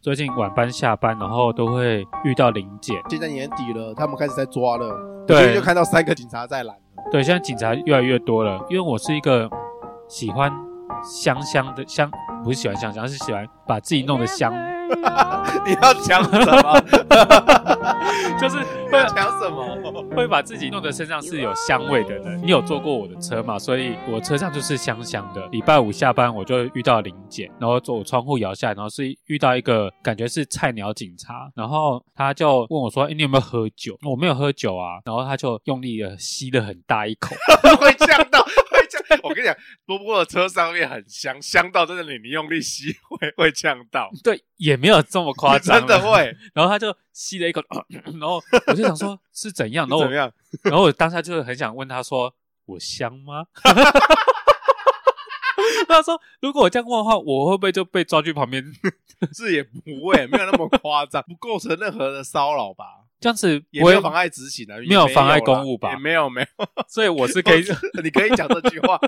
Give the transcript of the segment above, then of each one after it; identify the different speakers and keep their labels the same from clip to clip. Speaker 1: 最近晚班下班，然后都会遇到临检。
Speaker 2: 现在年底了，他们开始在抓了，
Speaker 1: 对
Speaker 2: 我最近就看到三个警察在拦。
Speaker 1: 对，现在警察越来越多了。因为我是一个喜欢香香的香，不是喜欢香香，是喜欢把自己弄得 香，
Speaker 2: 你要讲什么？
Speaker 1: 就是
Speaker 2: 你要
Speaker 1: 会
Speaker 2: 讲什么？
Speaker 1: 会把自己弄得身上是有香味的人。你有坐过我的车嘛？所以我车上就是香香的。礼拜五下班我就遇到林姐，然后走窗户摇下来，然后是遇到一个感觉是菜鸟警察，然后他就问我说：“哎、你有没有喝酒？”我没有喝酒啊，然后他就用力的吸了很大一口，
Speaker 2: 会呛到， 会呛。我跟你讲，波波的车上面很香，香到真的你你用力吸会会呛到，
Speaker 1: 对，也没有这么夸张，啊
Speaker 2: 真的会。
Speaker 1: 然后他就吸了一口， 然后我就想 说是怎样，然后
Speaker 2: 怎
Speaker 1: 我
Speaker 2: 么样？
Speaker 1: 然后我当下就是很想问他说我香 吗？他说如果我这样问的话，我会不会就被抓去旁边？
Speaker 2: 是也不会，没有那么夸张，不构成任何的骚扰吧？
Speaker 1: 这样子
Speaker 2: 也
Speaker 1: 不
Speaker 2: 没
Speaker 1: 会
Speaker 2: 有妨碍执行啊，也
Speaker 1: 没有妨碍
Speaker 2: 啦
Speaker 1: 公务吧
Speaker 2: 也没有没有。
Speaker 1: 所以我是 可以
Speaker 2: 你可以讲这句话，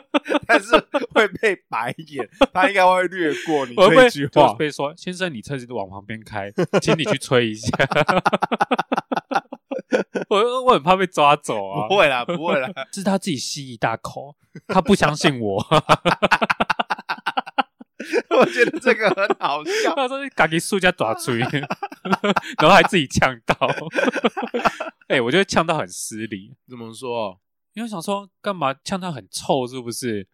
Speaker 2: 但是会被白眼，他应该会略过你
Speaker 1: 我会不
Speaker 2: 这
Speaker 1: 会
Speaker 2: 句
Speaker 1: 就
Speaker 2: 话
Speaker 1: 是。被说先生你车子往旁边开，请你去吹一下。 我我很怕被抓走啊
Speaker 2: 不！会啦，不会啦，
Speaker 1: 是他自己吸一大口，他不相信我，
Speaker 2: 我觉得这个很好 笑。
Speaker 1: 他说你赶紧塑胶打出去， 然后还自己呛到。 哎、我觉得呛到很失礼，
Speaker 2: 怎么说？
Speaker 1: 因为我想说干嘛呛到很臭是不是？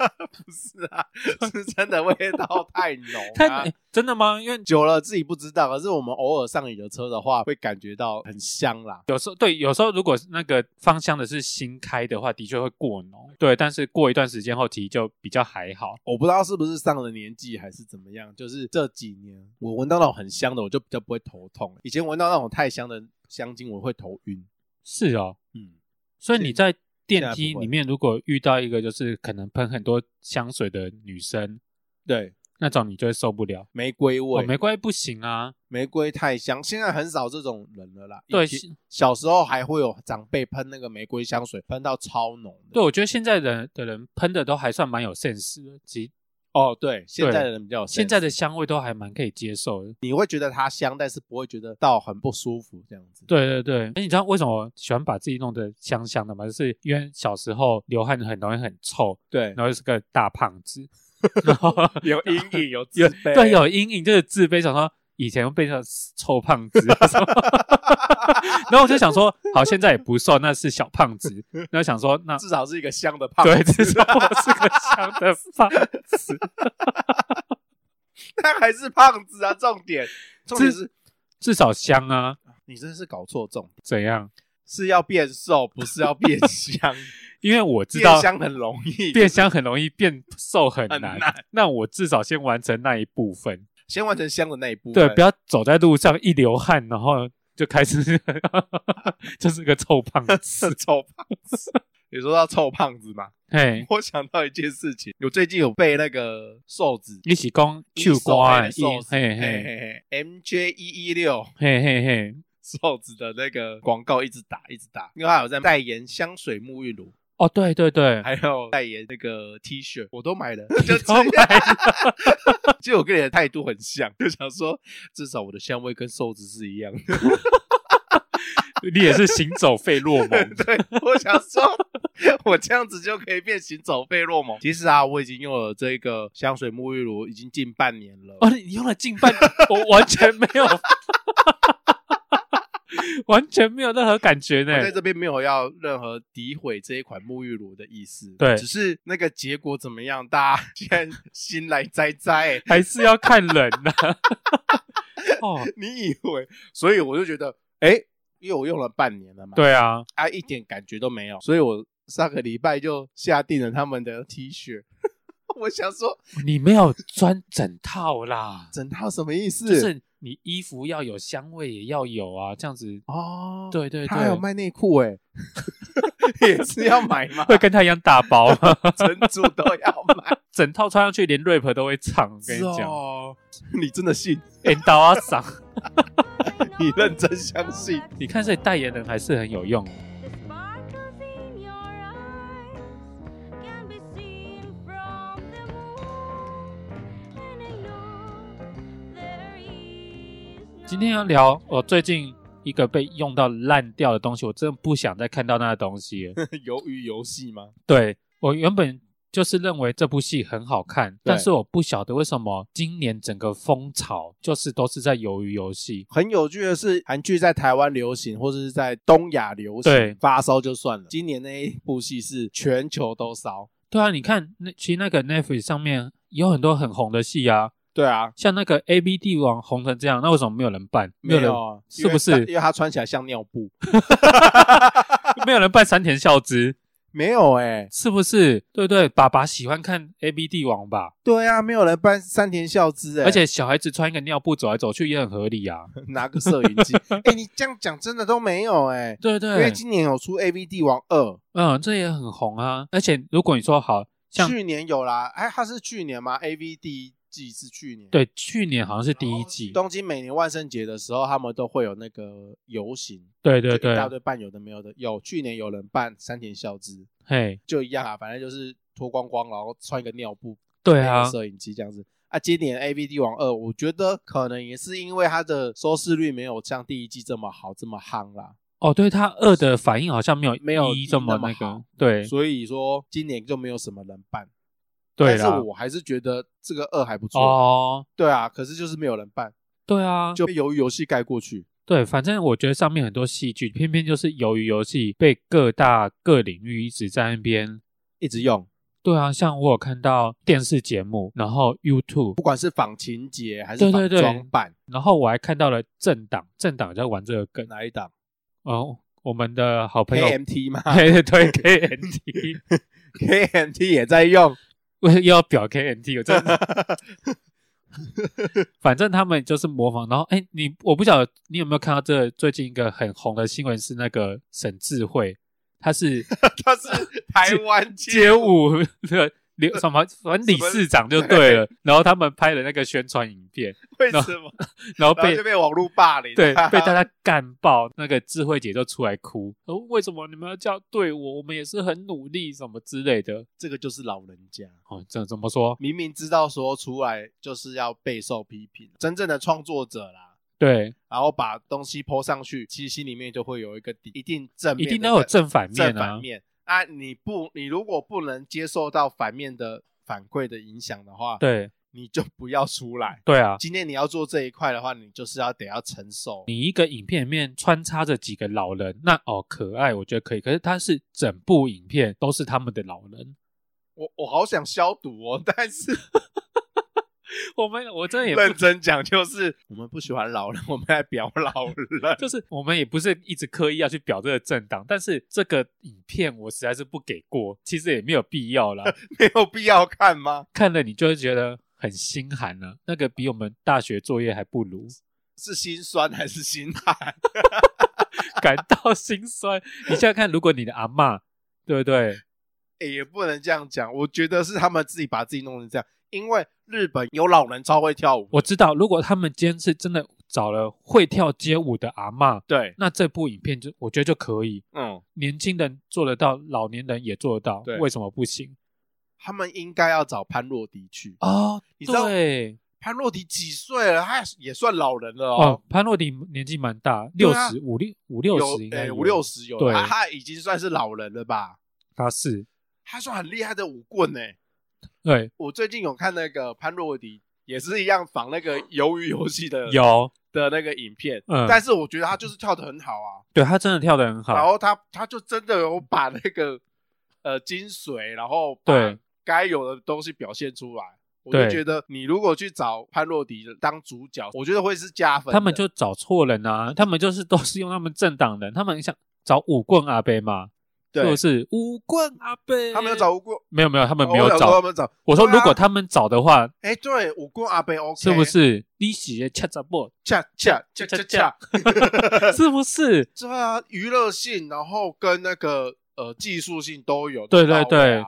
Speaker 2: 不是 啊，是真的味道太浓、啊，
Speaker 1: 他、欸真的吗？因为
Speaker 2: 久了自己不知道，可是我们偶尔上你的车的话，会感觉到很香啦。
Speaker 1: 有时候对，有时候如果是那个芳香的是新开的话，的确会过浓。对，但是过一段时间后其实就比较还好。
Speaker 2: 我不知道是不是上了年纪还是怎么样，就是这几年我闻到那种很香的，我就比较不会头痛。以前闻到那种太香的香精，我会头晕。
Speaker 1: 是哦，
Speaker 2: 嗯，
Speaker 1: 所以你在电
Speaker 2: 现在
Speaker 1: 梯
Speaker 2: 啊不会
Speaker 1: 里面如果遇到一个就是可能喷很多香水的女生，
Speaker 2: 对，
Speaker 1: 那种你就会受不了。
Speaker 2: 玫瑰味，
Speaker 1: 哦，玫瑰不行啊，
Speaker 2: 玫瑰太香，现在很少这种人了啦。
Speaker 1: 对
Speaker 2: 以前小时候还会有长辈喷那个玫瑰香水，喷到超浓的。
Speaker 1: 对，我觉得现在人的人喷的都还算蛮有 sense 的，其
Speaker 2: 哦，对，现在的人比较有 sense
Speaker 1: 现在的香味都还蛮可以接受的。
Speaker 2: 你会觉得它香，但是不会觉得到很不舒服这样子。
Speaker 1: 对对对，哎，你知道为什么我喜欢把自己弄得香香的吗？就是因为小时候流汗很容易很臭，
Speaker 2: 对，
Speaker 1: 然后就是个大胖子，然 后
Speaker 2: 有阴影，有自
Speaker 1: 有
Speaker 2: 卑
Speaker 1: 对有阴影，就是自卑，想说以前被叫臭胖子，啊 然后我就想说，好，现在也不瘦，那是小胖子，然后想说那。
Speaker 2: 至少是一个香的胖子。
Speaker 1: 对，至少我是个香的胖子。
Speaker 2: 但 还是胖子啊！重点，重点是
Speaker 1: 至少香啊，
Speaker 2: 你真是搞错重点，
Speaker 1: 怎样？
Speaker 2: 是要变瘦，不是要变 香。
Speaker 1: 因为我知
Speaker 2: 变
Speaker 1: 道
Speaker 2: 香很容易，
Speaker 1: 变香很容易，变瘦很
Speaker 2: 很
Speaker 1: 难。
Speaker 2: 难
Speaker 1: 那我至少先完成那一部分。
Speaker 2: 先完成香的那一部分。
Speaker 1: 对，不要走在路上一流汗，然后就开始 就是个臭胖
Speaker 2: 是
Speaker 1: 子。
Speaker 2: 臭胖 子。你说到臭胖子嘛，
Speaker 1: 嘿，
Speaker 2: 我想到一件事情，我最近有被那个瘦子
Speaker 1: 一起攻 Q 瓜，一
Speaker 2: 瘦子，
Speaker 1: 嘿
Speaker 2: 嘿
Speaker 1: 嘿
Speaker 2: 嘿嘿，MJ 一一六
Speaker 1: 嘿嘿嘿。
Speaker 2: 瘦子的那个广告一直打一直打，因为他有在代言香水、沐浴乳，
Speaker 1: 哦，对对对，
Speaker 2: 还有代言那个 T 恤，我都 买了，就
Speaker 1: 你
Speaker 2: 这
Speaker 1: 都
Speaker 2: 样
Speaker 1: 买了
Speaker 2: 就我跟你的态度很像，就想说至少我的香味跟瘦子是一样的。
Speaker 1: 你也是行走费洛蒙。
Speaker 2: 对，我想说，我这样子就可以变行走费洛蒙。其实啊，我已经用了这个香水沐浴乳已经近半年了。
Speaker 1: 哦，你用了近半，我完全没有， 完全没有任何感觉呢
Speaker 2: 我。在这边没有要任何诋毁这一款沐浴乳的意思，
Speaker 1: 对
Speaker 2: 只是那个结果怎么样，大家 现在心来栽栽、欸
Speaker 1: 还是要看人呐、 哦，
Speaker 2: 你以为？所以我就觉得，哎、因为我用了半年了嘛，，
Speaker 1: 对啊，
Speaker 2: 啊，一点感觉都没有，所以我上个礼拜就下定了他们的 T 恤。 我想说，
Speaker 1: 你没有穿整套啦，
Speaker 2: 整套什么意思？
Speaker 1: 就是你衣服要有香味，也要有啊，这样子。
Speaker 2: 哦，，
Speaker 1: 对对
Speaker 2: 他还有
Speaker 1: 对，
Speaker 2: 卖内裤哎， 也是要买 吗？
Speaker 1: 会跟他一样大包，啊
Speaker 2: 珍珠都要买，
Speaker 1: 整套穿上去连 rap 都会唱。 我跟你
Speaker 2: 是
Speaker 1: 讲，
Speaker 2: 哦，你真的信？
Speaker 1: 演导啊嗓，
Speaker 2: 你认真相信？
Speaker 1: 你看这代言人还是很有用的。
Speaker 3: The sparkles in your eyes can be seen from the moon, and I know there is.
Speaker 1: 今天要聊我最近一个被用到烂掉的东西，我真的不想再看到那个东西 了。
Speaker 2: 鱿鱼游戏吗？
Speaker 1: 对我原本就是认为这部戏很好看，但是我不晓得为什么今年整个风潮就是都是在鱿鱼游戏。
Speaker 2: 很有趣的是，韩剧在台湾流行，或者是在东亚流行，
Speaker 1: 对
Speaker 2: 发烧就算了。今年那一部戏是全球都烧，
Speaker 1: 对啊，你看那其实那个 Netflix 上面有很多很红的戏啊，
Speaker 2: 对啊，
Speaker 1: 像那个 A B 帝王红成这样，那为什么没有人办？
Speaker 2: 没
Speaker 1: 人
Speaker 2: 有啊，
Speaker 1: 是不是
Speaker 2: 因为它因为它穿起来像尿布，
Speaker 1: 没有人办山田孝之，
Speaker 2: 没有哎、
Speaker 1: 是不是？对对，爸爸喜欢看 A B 帝王吧，
Speaker 2: 对啊，没有人扮山田孝之哎、
Speaker 1: 而且小孩子穿一个尿布走来走去也很合理 啊。
Speaker 2: 拿个摄影 机，哎、你这样讲真的都没有哎、
Speaker 1: 对
Speaker 2: 因为
Speaker 1: 对，
Speaker 2: 今年有出《A V 帝王二
Speaker 1: 嗯，这也很红啊。而且如果你说好》，像
Speaker 2: 去年有啦，哎，它是去年吗？A V 第一季是去年，哦
Speaker 1: 对去年好像是第一季，
Speaker 2: 东京每年万圣节的时候，他们都会有那个游行，
Speaker 1: 对对
Speaker 2: 就一
Speaker 1: 对，
Speaker 2: 大堆扮有的没有的，有去年有人扮山田孝之，
Speaker 1: 嘿，
Speaker 2: 就一样啊，反正就是脱光光，然后穿一个尿布，
Speaker 1: 对
Speaker 2: 配
Speaker 1: 啊
Speaker 2: 个，摄影机这样子。啊，今年《A V 帝王二》，我觉得可能也是因为它的收视率没有像第一季这么好，这么夯啦，
Speaker 1: 哦，对他二的反应好像没有
Speaker 2: 没有
Speaker 1: 一
Speaker 2: 一
Speaker 1: 这么
Speaker 2: 那么
Speaker 1: 那个
Speaker 2: 好，
Speaker 1: 对
Speaker 2: 所以说今年就没有什么人扮。
Speaker 1: 对
Speaker 2: 但
Speaker 1: 啦
Speaker 2: 是，我还是觉得这个二还不错。
Speaker 1: 哦，
Speaker 2: 对啊，可是就是没有人办，
Speaker 1: 对啊，
Speaker 2: 就被鱿鱼游戏盖过去。
Speaker 1: 对，反正我觉得上面很多戏剧，偏偏就是由于游戏被各大各领域一直在那边。
Speaker 2: 一直用，
Speaker 1: 对啊，像我有看到电视节目，然后 YouTube，
Speaker 2: 不管是仿情节还
Speaker 1: 对对
Speaker 2: 是仿
Speaker 1: 对
Speaker 2: 装扮，
Speaker 1: 然后我还看到了政党，政党在玩这个梗。
Speaker 2: 哪一档
Speaker 1: 哦，我们的好朋友，
Speaker 2: ？KMT 吗
Speaker 1: 对对对，KNT，
Speaker 2: ？KMT 也在用，
Speaker 1: 我 又要表 KNT，我 真的，反正他们就是模仿。然后，哎，你我不晓得你有没有看到这最近一个很红的新闻是那个沈智慧，她是
Speaker 2: 它是台湾
Speaker 1: 街舞 的刘
Speaker 2: 呃
Speaker 1: 什么，反正理事长就对了。然后他们拍了那个宣传影片，
Speaker 2: 为什么？
Speaker 1: 然后
Speaker 2: 然后
Speaker 1: 被
Speaker 2: 就被网络霸凌，
Speaker 1: 对被大
Speaker 2: 家
Speaker 1: 家干爆，那个智慧姐就出来哭，呃为什么你们要这样对我？我们也是很努力什么之类的。
Speaker 2: 这个就是老人家。
Speaker 1: 哦，这怎么说？
Speaker 2: 明明知道说出来就是要备受批评，真正的创作者啦，
Speaker 1: 对，
Speaker 2: 然后把东西抛上去，其实心里面就会有一个底，一定正
Speaker 1: 一
Speaker 2: 面的
Speaker 1: 定都有
Speaker 2: 正
Speaker 1: 正反面
Speaker 2: 正
Speaker 1: 啊
Speaker 2: 反。面啊！你不，你如果不能接受到反面的反馈的影响的话，，
Speaker 1: 对
Speaker 2: 你就不要出来。
Speaker 1: 对啊，
Speaker 2: 今天你要做这一块的话，你就是要得要承受。
Speaker 1: 你一个影片里面穿插着几个老人，那哦可爱，我觉得可以。可是它是整部影片都是他们的老人，
Speaker 2: 我我好想消毒哦，但是
Speaker 1: 我们我真的也不
Speaker 2: 认真讲，就是我们不喜欢老人，我们来表老 人。
Speaker 1: 就是我们也不是一直刻意要去表这个政党，但是这个影片我实在是不给过，其实也没有必要 啦。
Speaker 2: 没有必要看吗？
Speaker 1: 看了你就会觉得很心寒了、那个比我们大学作业还不 如，
Speaker 2: 是心酸还是心寒？
Speaker 1: 感到心酸。你现在看，如果你的阿嬷，对不对？
Speaker 2: 欸也不能这样讲，我觉得是他们自己把自己弄成这样，因为日本有老人超会跳舞，
Speaker 1: 我知道，如果他们今天是真的找了会跳街舞的阿嬷，
Speaker 2: 对，
Speaker 1: 那这部影片就我觉得就可以，
Speaker 2: 嗯，
Speaker 1: 年轻人做得到，老年人也做得到
Speaker 2: 对，
Speaker 1: 为什么不行？
Speaker 2: 他们应该要找潘若迪去。
Speaker 1: 哦，
Speaker 2: 你知道
Speaker 1: 对，
Speaker 2: 潘若迪几岁了？他也算老人了
Speaker 1: 哦
Speaker 2: 哦，，
Speaker 1: 潘若迪年纪蛮大，
Speaker 2: 对
Speaker 1: 六
Speaker 2: 啊
Speaker 1: 十五六五六
Speaker 2: 有
Speaker 1: 十应该
Speaker 2: 诶
Speaker 1: 有
Speaker 2: 五六，十有
Speaker 1: 对
Speaker 2: 了，啊他已经算是老人了吧？
Speaker 1: 他是
Speaker 2: 他算很厉害的舞棍欸呢、
Speaker 1: 对
Speaker 2: 我最近有看那个潘若迪，也是一样仿那个鱿鱼游戏的
Speaker 1: 有，
Speaker 2: 的那个影片，
Speaker 1: 嗯
Speaker 2: 但是我觉得他就是跳的很好啊。
Speaker 1: 对他真的跳得很
Speaker 2: 然
Speaker 1: 好，
Speaker 2: 后他他就真的有把那个呃精髓，然后把
Speaker 1: 对
Speaker 2: 该有的东西表现出来。我就
Speaker 1: 对
Speaker 2: 觉得你如果去找潘若迪当主角，我觉得会是加分的。
Speaker 1: 他们就找错人 啊，他们就是都是用他们政党人，他们想找舞棍阿贝嘛，是
Speaker 2: 对
Speaker 1: 不，是舞棍阿贝？
Speaker 2: 他没有找吴过，
Speaker 1: 没有没有，他们没
Speaker 2: 哦
Speaker 1: 有
Speaker 2: 我想说他
Speaker 1: 找。
Speaker 2: 们找。
Speaker 1: 我说
Speaker 2: 对啊
Speaker 1: 如果他们找的话，
Speaker 2: 哎，对，武功阿贝 OK，
Speaker 1: 是不？是你喜恰恰不？
Speaker 2: 恰恰恰恰恰，
Speaker 1: 是不是？
Speaker 2: 对啊，娱乐性，然后跟那个呃技术性都有。
Speaker 1: 对
Speaker 2: 都到位
Speaker 1: 对对
Speaker 2: 啊，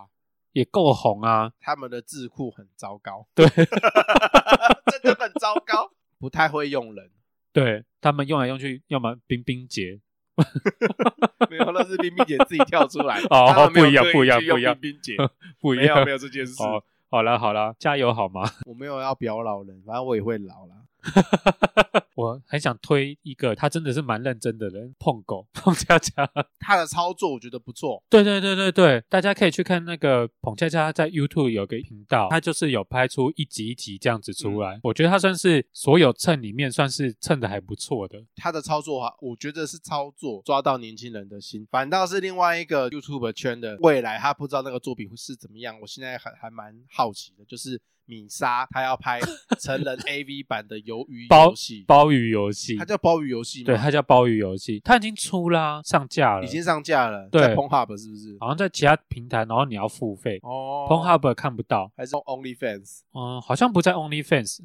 Speaker 1: 也够红啊，
Speaker 2: 他们的智库很糟糕，
Speaker 1: 对，
Speaker 2: 真的很糟糕，不太会用人。
Speaker 1: 对他们用来用去，要么冰冰姐，
Speaker 2: 没有，那是冰冰姐自己跳出来。
Speaker 1: 哦
Speaker 2: 她没有
Speaker 1: 不一样
Speaker 2: 刻意
Speaker 1: 不一样
Speaker 2: 去用
Speaker 1: 不一样
Speaker 2: 冰冰姐
Speaker 1: 不一
Speaker 2: 没有
Speaker 1: 样哦
Speaker 2: 没。有这件事，
Speaker 1: 好，好了好了，加油好吗？
Speaker 2: 我没有要表老人，反正我也会老啦。
Speaker 1: 我很想推一个他真的是蛮认真的人，碰狗 碰恰恰。
Speaker 2: 他的操作我觉得不错，
Speaker 1: 对对对对对，大家可以去看那个彭恰恰在 YouTube 有个频道，他就是有拍出一集一集这样子
Speaker 2: 嗯
Speaker 1: 出来，我觉得他算是所有蹭里面算是蹭的还不错的。
Speaker 2: 他的操作啊，我觉得是操作抓到年轻人的心，反倒是另外一个 YouTube 圈的未来，他不知道那个作品会是怎么样。我现在还还蛮好奇的，就是米莎她要 拍成人 AV 版的鱿鱼
Speaker 1: 包
Speaker 2: 游戏，
Speaker 1: 鲍鱼游戏
Speaker 2: 它，叫鲍鱼游戏吗？
Speaker 1: 对，它叫鲍鱼游戏，它已经出啦、上架了，
Speaker 2: 已经上架了，
Speaker 1: 对
Speaker 2: 在 Pornhub 是不是？
Speaker 1: 好像在其他平台，然后你要付费、
Speaker 2: 哦
Speaker 1: p o n h u b 看不到，
Speaker 2: 还是 OnlyFans？
Speaker 1: 嗯，好像不在 OnlyFans，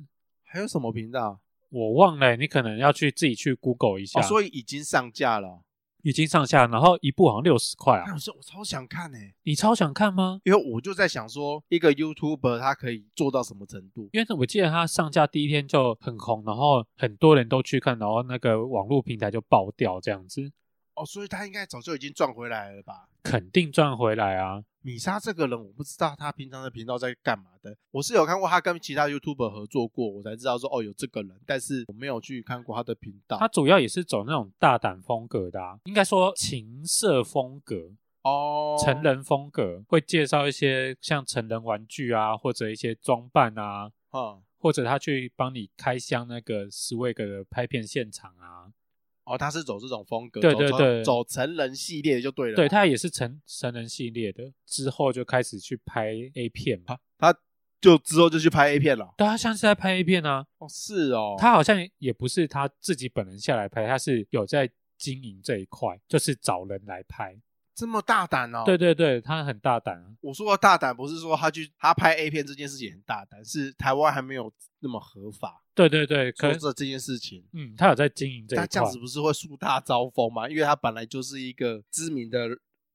Speaker 2: 还有什么频道？
Speaker 1: 我忘了，你可能要去自己去 Google 一下。
Speaker 2: 哦，所以已经上架了。哦
Speaker 1: 已经上架，然后一部好像六十块
Speaker 2: 哎，
Speaker 1: 啊，
Speaker 2: 我说我超想看诶、
Speaker 1: 你超想看吗？
Speaker 2: 因为我就在想说，一个 YouTuber 他可以做到什么程度？
Speaker 1: 因为我记得它上架第一天就很红，然后很多人都去看，然后那个网络平台就爆掉，这样子
Speaker 2: 哦，所以他应该早就已经赚回来了吧？
Speaker 1: 肯定赚回来啊。
Speaker 2: 米莎这个人，我不知道他平常的频道在干嘛的。我是有看过他跟其他 YouTuber 合作过，我才知道说哦有这个人，但是我没有去看过他的频道。
Speaker 1: 它主要也是走那种大胆风格的、啊，应该说情色风格、
Speaker 2: 哦，
Speaker 1: 成人风格，会介绍一些像成人玩具啊，或者一些装扮啊，
Speaker 2: 嗯，
Speaker 1: 或者他去帮你开箱那个 Swag 的拍片现场啊。
Speaker 2: 哦，他是走这种风格，
Speaker 1: 对
Speaker 2: 走
Speaker 1: 对
Speaker 2: 成
Speaker 1: 对
Speaker 2: 走成人系列就对了。
Speaker 1: 对，他也是成成人系列的，之后就开始去拍 A 片嘛。
Speaker 2: 就之后就去拍 A 片了。
Speaker 1: 对，他像是在拍 A 片啊，
Speaker 2: 哦，是哦，
Speaker 1: 他好像也不是他自己本人下来拍，他是有在经营这一块，就是找人来拍。
Speaker 2: 这么大胆哦。
Speaker 1: 对对对，他很大胆啊。
Speaker 2: 我说的大胆，不是说他去他拍 A 片这件事情很大胆，是台湾还没有那么合法
Speaker 1: 对对对，可
Speaker 2: 做这这件事情。
Speaker 1: 嗯，他有在经营这一
Speaker 2: 那
Speaker 1: 块。
Speaker 2: 这样子不是会树大招风吗？因为他本来就是一个知名的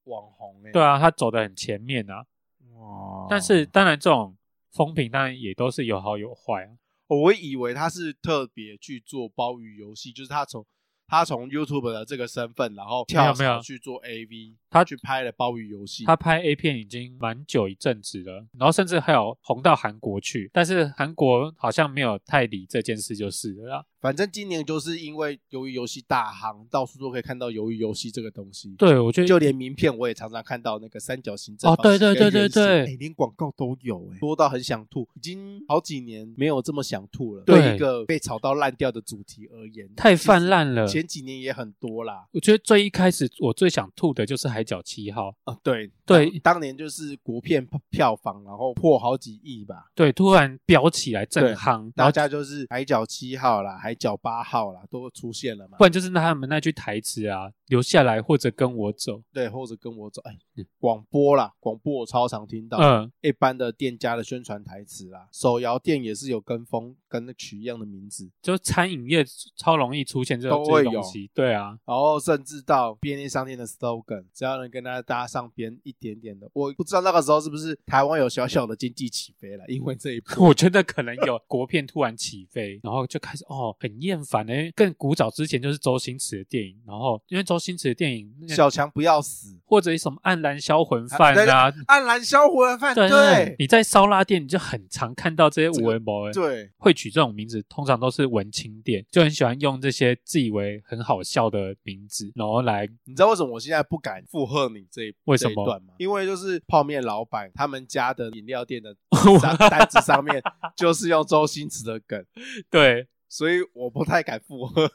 Speaker 2: 网红哎、
Speaker 1: 对啊，他走的很前面啊。
Speaker 2: 哇
Speaker 1: 但是当然，这种风评当然也都是有好有坏啊。
Speaker 2: 哦我会以为他是特别去做包鱼游戏，就是他从他从 YouTube 的这个身份，然后
Speaker 1: 没
Speaker 2: 跳
Speaker 1: 有没有
Speaker 2: 槽去做 AV，
Speaker 1: 他
Speaker 2: 去拍了包鱼游戏。
Speaker 1: 他拍 A 片已经蛮久一阵子了，然后甚至还有红到韩国去，但是韩国好像没有太理这件事就是了啦。
Speaker 2: 反正今年就是因为鱿鱼游戏大行，到处都可以看到鱿鱼游戏这个东西。
Speaker 1: 对，我觉
Speaker 2: 就
Speaker 1: 得
Speaker 2: 连名片我也常常看到那个三角形
Speaker 1: 哦对对对对对
Speaker 2: 每连广告都有、欸，多到很想吐，已经好几年没有这么想吐了。
Speaker 1: 对
Speaker 2: 一个被炒到烂掉的主题而言，
Speaker 1: 太泛滥了。
Speaker 2: 其实前几年也很多啦，
Speaker 1: 我觉得最一开始我最想吐的就是《海角七号》，
Speaker 2: 啊，对
Speaker 1: 对
Speaker 2: 当当年就是国片票房，然后破好几亿吧。
Speaker 1: 对，突然飙起来
Speaker 2: 对
Speaker 1: 震撼，然
Speaker 2: 大
Speaker 1: 后
Speaker 2: 家就是海角七号啦，海角八号啦，都出现了嘛
Speaker 1: 不。然就是那他们那句台词啊，留下来或者跟我走。
Speaker 2: 对，或者跟我走，哎，广播啦，广播我超常听到。
Speaker 1: 嗯，
Speaker 2: 一般的店家的宣传台词啦，手摇店也是有跟风跟那取一样的名字，
Speaker 1: 就是餐饮业超容易出现这种
Speaker 2: 都会
Speaker 1: 这些东西。对啊，
Speaker 2: 然后甚至到便利商店的 slogan，只要能跟它搭上边一点点的，我不知道那个时候是不是台湾有小小的经济起飞了，因为这一部
Speaker 1: 我觉得可能有国片突然起飞，然后就开始哦，很厌烦的。因为更古早之前就是周星驰的电影，然后因为周星驰的电影那
Speaker 2: 小强不要死，
Speaker 1: 或者什么《黯然销魂饭》啊，
Speaker 2: 黯然销魂饭，
Speaker 1: 对
Speaker 2: 对
Speaker 1: 你在烧腊店你就很常看到这些
Speaker 2: 这
Speaker 1: 五
Speaker 2: 个
Speaker 1: 文博
Speaker 2: 对，
Speaker 1: 会取这种名字，通常都是文青店，就很喜欢用这些自以为很好笑的名字，然后来
Speaker 2: 你知道为什么我现在不敢附和你这一
Speaker 1: 为什么
Speaker 2: 这一段吗？因为就是泡面老板他们家的饮料 店的
Speaker 1: 我
Speaker 2: 上单子上面就是用周星驰的梗，
Speaker 1: 对，
Speaker 2: 所以我不太敢附和。